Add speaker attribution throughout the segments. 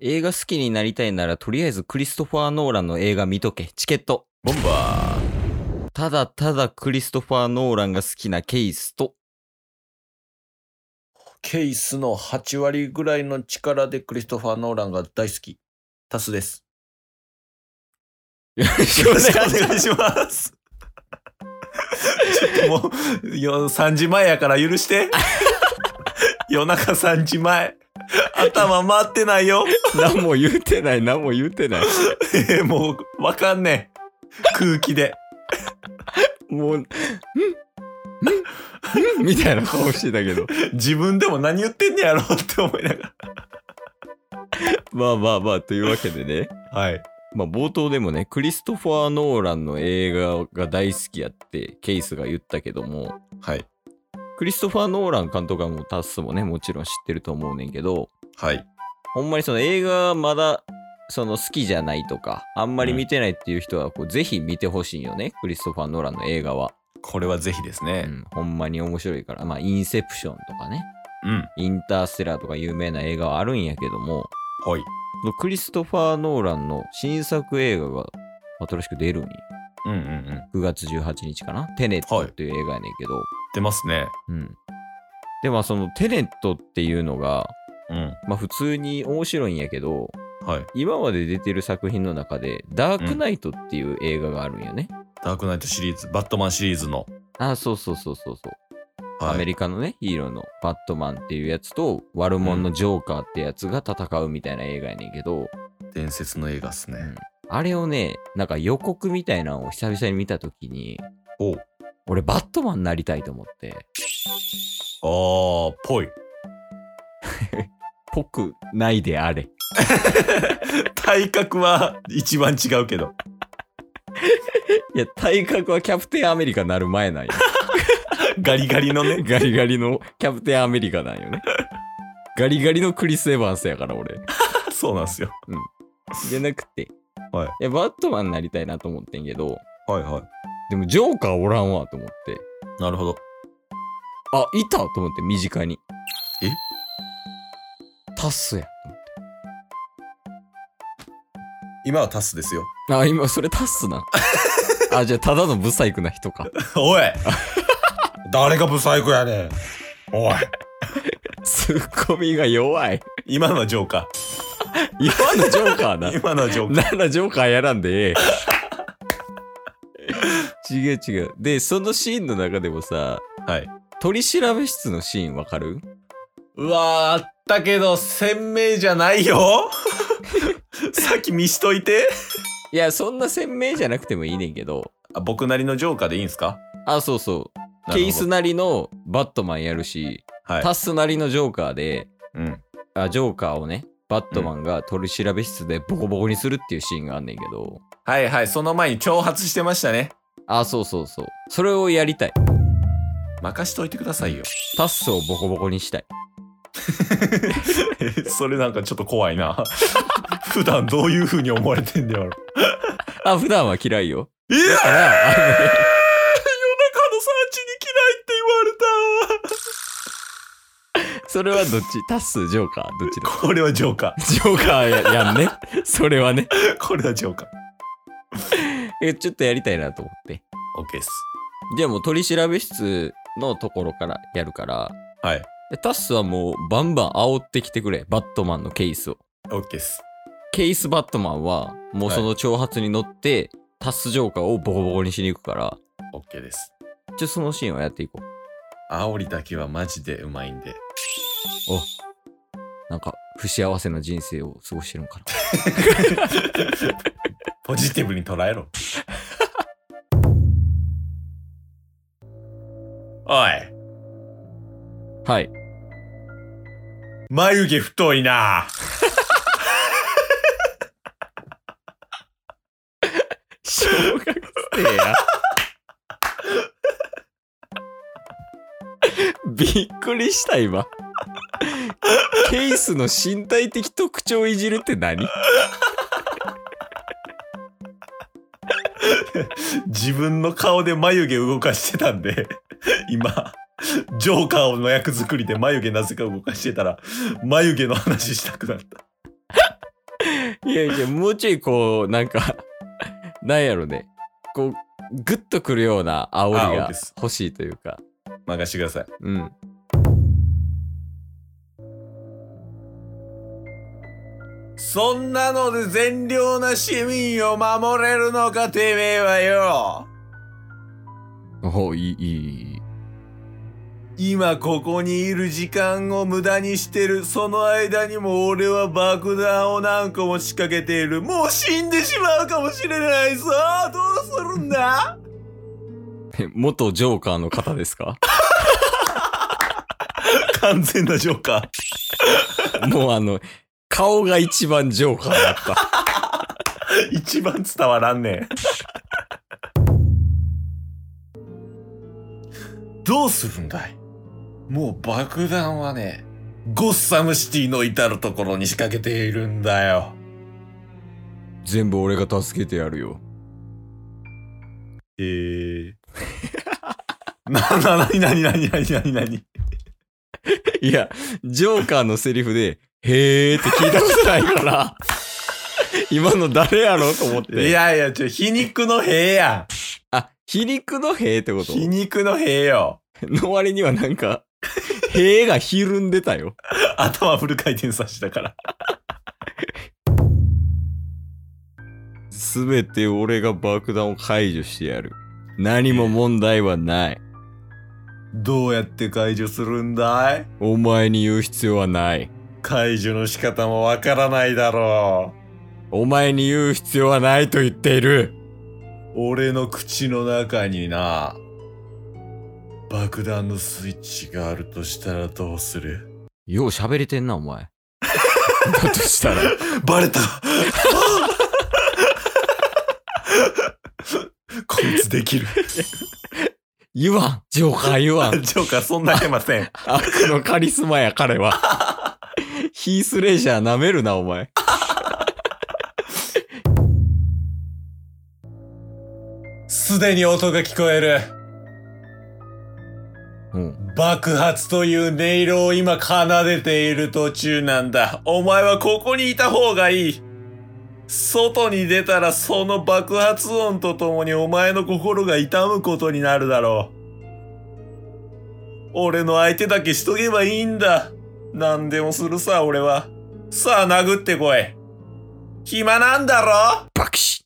Speaker 1: 映画好きになりたいなら、とりあえずクリストファー・ノーランの映画見とけ。チケット。
Speaker 2: ボンバー。
Speaker 1: ただただクリストファー・ノーランが好きなケースと、
Speaker 2: ケースの8割ぐらいの力でクリストファー・ノーランが大好き。タスです。
Speaker 1: よろし
Speaker 2: よろしくお願いします。ちょっともう、よ3時前やから許して。夜中3時前。頭回ってないよ。
Speaker 1: 何も言うてない、何も言うてない。
Speaker 2: えーもう、わかんねえ。空気で。
Speaker 1: もう、んんんん みたいな顔してたけど。
Speaker 2: 自分でも何言ってんねやろって思いなが
Speaker 1: まあまあまあ、というわけでね。
Speaker 2: ら。はい。
Speaker 1: まあ冒頭でもね、クリストファー・ノーランの映画が大好きやって、ケイスが言ったけども、
Speaker 2: はい。
Speaker 1: クリストファー・ノーラン監督はもうタッスもね、もちろん知ってると思うねんけど、
Speaker 2: はい。
Speaker 1: ほんまにその映画まだその好きじゃないとか、あんまり見てないっていう人はこう、ぜひ見てほしいんよね、クリストファー・ノーランの映画は。
Speaker 2: これはぜひです
Speaker 1: う
Speaker 2: ね。
Speaker 1: ん、ほんまに面白いから、まあ、インセプションとかね、
Speaker 2: うん。
Speaker 1: インターステラーとか有名な映画はあるんやけども、
Speaker 2: はい。
Speaker 1: そのクリストファー・ノーランの新作映画が新しく出るんよ
Speaker 2: うんうんう
Speaker 1: 9
Speaker 2: ん。
Speaker 1: 月18日かなテネットっていう映画やねんけど、
Speaker 2: 出ますね。
Speaker 1: うん。で、まあそのテネットっていうのが、
Speaker 2: うん。
Speaker 1: まあ普通に面白いんやけど、
Speaker 2: はい。
Speaker 1: 今まで出てる作品の中で、ダークナイトっていう映画があるんよね。
Speaker 2: ダークナイトシリーズ、バットマンシリーズの。
Speaker 1: あ、そうそうそうそうそう。
Speaker 2: は
Speaker 1: ア
Speaker 2: い、
Speaker 1: メリカのね、ヒーローのバットマンっていうやつと、悪者のジョーカーってやつが戦うみたいな映画やねんけど、
Speaker 2: 伝説の映画っすね。
Speaker 1: あれをね、なんか予告みたいなのを久々に見たときに、
Speaker 2: お
Speaker 1: 俺バットマンになりたいと思って、
Speaker 2: お。あー、ぽい。
Speaker 1: ぽくないであれ。
Speaker 2: 体格は 一番違うけど。
Speaker 1: いや、体格はキャプテンアメリカになる前なんよ。
Speaker 2: ガリガリの ね。
Speaker 1: ガリガリのキャプテンアメリカなんよね。ガリガリのクリス・エヴァンスやから俺。
Speaker 2: そうなんすよ。
Speaker 1: じゃなくて、
Speaker 2: はい
Speaker 1: やバットマンになりたいなと思ってんけど、
Speaker 2: はいはい。
Speaker 1: でもジョーカーおらんわと思って、
Speaker 2: なるほど。
Speaker 1: あ、いたと思って身近に。
Speaker 2: え
Speaker 1: タスや。
Speaker 2: 今はタスですよ。
Speaker 1: あ、今それタス な。あ、じゃあただのブサイクな人か。
Speaker 2: おい 誰がブサイクやねん。おい。
Speaker 1: ツッコミが弱い。
Speaker 2: 今のはジョーカ
Speaker 1: 今のジョーカーな
Speaker 2: ー。。今のはジョーカー。
Speaker 1: ならジョーカーやらんでええ。違う違う。で、そのシーンの中でもさ、
Speaker 2: はい。
Speaker 1: 取り調べ室のシーンわかる
Speaker 2: うわー、あったけど、鮮明じゃないよ。 さっき見しといて。
Speaker 1: いや、そんな鮮明じゃなくてもいいねんけど、
Speaker 2: あ僕なりのジョーカーでいいんすか
Speaker 1: あ、そうそう。ケイス
Speaker 2: なる
Speaker 1: なりのバットマンやるし、
Speaker 2: ほどはい。
Speaker 1: タスなりのジョーカーで、
Speaker 2: うん。
Speaker 1: あ、ジョーカーをね、バットマンが取り調べ室でボコボコにするっていうシーンがあんねんけど、
Speaker 2: はいはい、その前に挑発してましたね。
Speaker 1: あ、そうそうそう。それをやりたい。
Speaker 2: 任しといてくださいよ。
Speaker 1: タッスをボコボコにしたい。
Speaker 2: それなんかちょっと怖いな。 普段どういう風に思われてんだよ。
Speaker 1: あ、普段は嫌いよ。
Speaker 2: いやー夜中
Speaker 1: あ
Speaker 2: の
Speaker 1: のね
Speaker 2: 3時に嫌いって言われ
Speaker 1: それはどっちタッス、ジョーカー、どっちだ
Speaker 2: た。これはジョーカ
Speaker 1: ジョーカーややんね。それはね。
Speaker 2: ー。これはジョーカー。
Speaker 1: えちょっとやりたいなと思って。
Speaker 2: オッケーっす。
Speaker 1: じゃあもう取り調べ室のところからやるから、
Speaker 2: はい。
Speaker 1: でタッスはもうバンバン煽ってきてくれ。バットマンのケースを。
Speaker 2: オッケーっす。
Speaker 1: ケースバットマンは、もうその挑発に乗って、タッスジョーカーをボコボコにしに行くから、
Speaker 2: オッケーです。
Speaker 1: ちょ、そのシーンをやっていこう。
Speaker 2: 煽りだけはマジでうまいんで。
Speaker 1: なんか、不幸せな人生を過ごしてるのかな。
Speaker 2: ポジティブに捉えろ。 おい、
Speaker 1: はい。
Speaker 2: 眉毛太いな。
Speaker 1: 小学生や。 びっくりした今。ケースの身体的特徴をいじるって何
Speaker 2: 自分の顔で眉毛動かしてたんで、今、ジョーカーの役作りで眉毛なぜか動かしてたら、眉毛の話したくなった。
Speaker 1: いやいや、もうちょいこう、なんか、なんやろね。こう、グッとくるような煽り
Speaker 2: あ OK
Speaker 1: が
Speaker 2: です
Speaker 1: 欲しいというか。
Speaker 2: 任してください。
Speaker 1: うん。
Speaker 2: そんなので善良な市民を守れるのかてめえはよ
Speaker 1: おいい、いい、いい。
Speaker 2: 今ここにいる時間を無駄にしてるその間にも俺は爆弾を何個も仕掛けているもう死んでしまうかもしれないぞどうするんだ
Speaker 1: え元ジョーカーの方ですか
Speaker 2: 完全なジョーカー
Speaker 1: もうあの、顔が一番ジョーカーだった。
Speaker 2: 一番伝わらんねん。どうするんだいもう爆弾はね、ゴッサムシティの至るところに仕掛けているんだよ。
Speaker 1: 全部俺が助けてやるよ。
Speaker 2: えー。な、な、なになになになになになに
Speaker 1: いや、ジョーカーのセリフで、へーって聞いたことないから、 今の誰やろと思っ
Speaker 2: い
Speaker 1: て。
Speaker 2: やいや、ちょ、皮肉の兵や
Speaker 1: あ、皮肉のへーって
Speaker 2: ん。
Speaker 1: こと
Speaker 2: 皮肉の兵よ。
Speaker 1: の割にはなんか、へーがひるんでたよ。
Speaker 2: 頭フル回転させたから。
Speaker 1: すべて俺が爆弾を解除してやる。何も問題はない。
Speaker 2: どうやって解除するんだい
Speaker 1: お前に言う必要はない。
Speaker 2: 解除の仕方もわからないだろう。
Speaker 1: お前に言う必要はないと言っている。
Speaker 2: 俺の口の中にな爆弾のスイッチがあるとしたらどうする
Speaker 1: よう喋れてんな、お前。だとしたら。
Speaker 2: バレたこいつで きる。
Speaker 1: 言わん。ジョーカー言わん。
Speaker 2: ジョーカーそんな出ませ ん。
Speaker 1: 悪のカリスマや、彼は。ヒースレジャー舐めるな、お前。
Speaker 2: すでに音が聞こえる。
Speaker 1: うん。
Speaker 2: 爆発という音色を今奏でている途中なんだ。お前はここにいた方がいい。外に出たらその爆発音とともにお前の心が痛むことになるだろう。俺の相手だけしとけばいいんだ。何でもするさ、俺は。さあ、殴ってこい。暇なんだろ
Speaker 1: 爆死。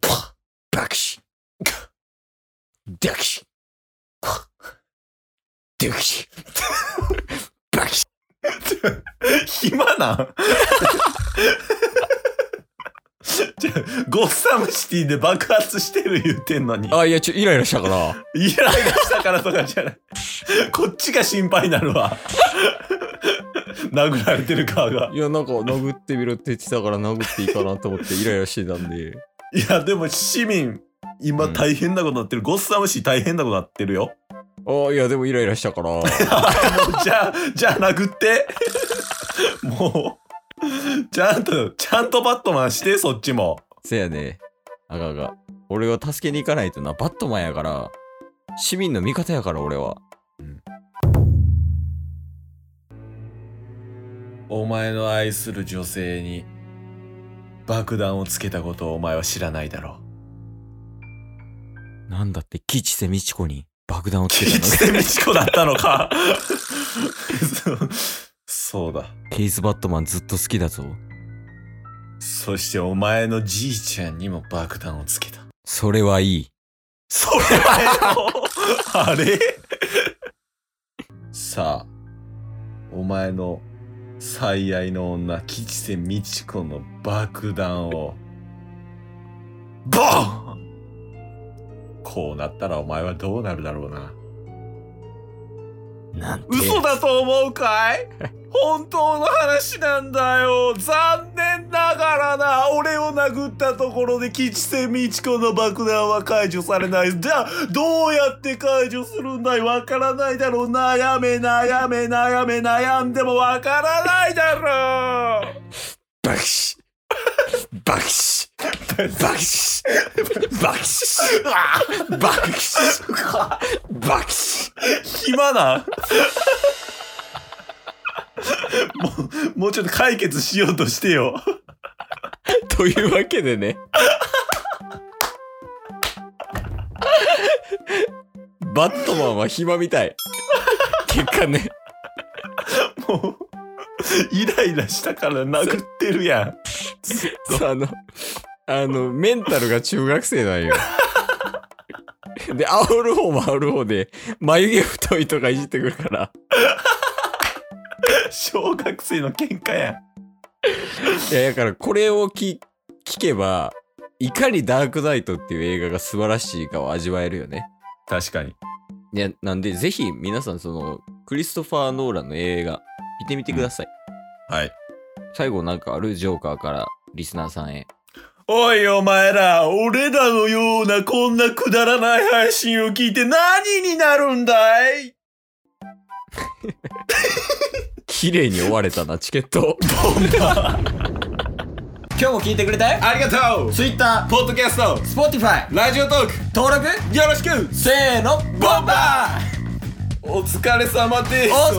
Speaker 1: 爆死。爆死。爆死。爆死。
Speaker 2: 暇なん ちょゴッサムシティで爆発してる言ってんのに。
Speaker 1: あ、いや、ちょ、イライラしたから。
Speaker 2: イライラしたからとかじゃない。こっちが心配になるわ。殴られてる側が。
Speaker 1: いや、なんか、殴ってみろって言ってたから、殴っていいかなと思ってイライラしてたんで。
Speaker 2: いや、でも市民、今
Speaker 1: うん
Speaker 2: 大変なことになってる。ゴッサムシティ大変なことになってるよ。
Speaker 1: あ、いや、でもイライラしたから。
Speaker 2: もうじゃあ、じゃあ殴って。もう、ちゃんと、ちゃんとバットマンして、そっちも。
Speaker 1: せやね。あがあが。俺は助けに行かないとな。バットマンやから。市民の味方やから、俺は。
Speaker 2: お前の愛する女性に爆弾をつけたことをお前は知らないだろ
Speaker 1: なんだって、吉瀬美智子に爆弾を
Speaker 2: う。
Speaker 1: つけたの。
Speaker 2: 吉瀬美智子だったのかそう そうだ。
Speaker 1: ケイスバットマンずっと好きだぞ。
Speaker 2: そしてお前のじいちゃんにも爆弾をつけた。
Speaker 1: それはいい。
Speaker 2: それはよあ れさあ、お前の最愛の女、吉瀬美智子の爆弾を、ボーンこうなったらお前はどうなるだろうな。
Speaker 1: なんて。
Speaker 2: 嘘だと思うか い本当の話なんだよ残念ながらな俺を殴ったところで吉瀬美智子の爆弾は解除されないじゃあどうやって解除するんだいわからないだろう悩め悩め悩め悩んでもわからないだろう
Speaker 1: バキシバキシバキシバキ シバキシバキシ
Speaker 2: 暇なもうもうちょっと解決しようとしてよ
Speaker 1: というわけで ね。バットマンは暇みたい。結果ね。
Speaker 2: もう、イライラしたから殴ってるやん。
Speaker 1: そうあの、あの、メンタルが中学生 なんよ。で、煽る方も煽る方で、眉毛太いとかいじってくるから。
Speaker 2: 小学生の喧嘩やん。
Speaker 1: いや、だからこれをき聞けば、いかにダークナイトっていう映画が素晴らしいかを味わえるよね。
Speaker 2: 確かに。
Speaker 1: いや、なんで、ぜひ皆さん、その、クリストファー・ノーランの映画、見てみてください。
Speaker 2: はい。
Speaker 1: 最後なんかあるジョーカーからリスナーさんへ。
Speaker 2: おいお前ら、俺らのようなこんなくだらない配信を聞いて何になるんだい
Speaker 1: 綺麗に追われたな、チケット。
Speaker 3: 今日も聞いてくれたよ
Speaker 2: ありがとう
Speaker 3: Twitter、
Speaker 2: ポッドキャスト、
Speaker 3: Spotify、
Speaker 2: ラジオトーク、
Speaker 3: 登録、
Speaker 2: よろしく
Speaker 3: せーの、
Speaker 2: ボンバーお疲れ様です
Speaker 3: お疲れ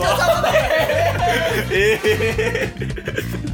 Speaker 3: 様です
Speaker 2: ええ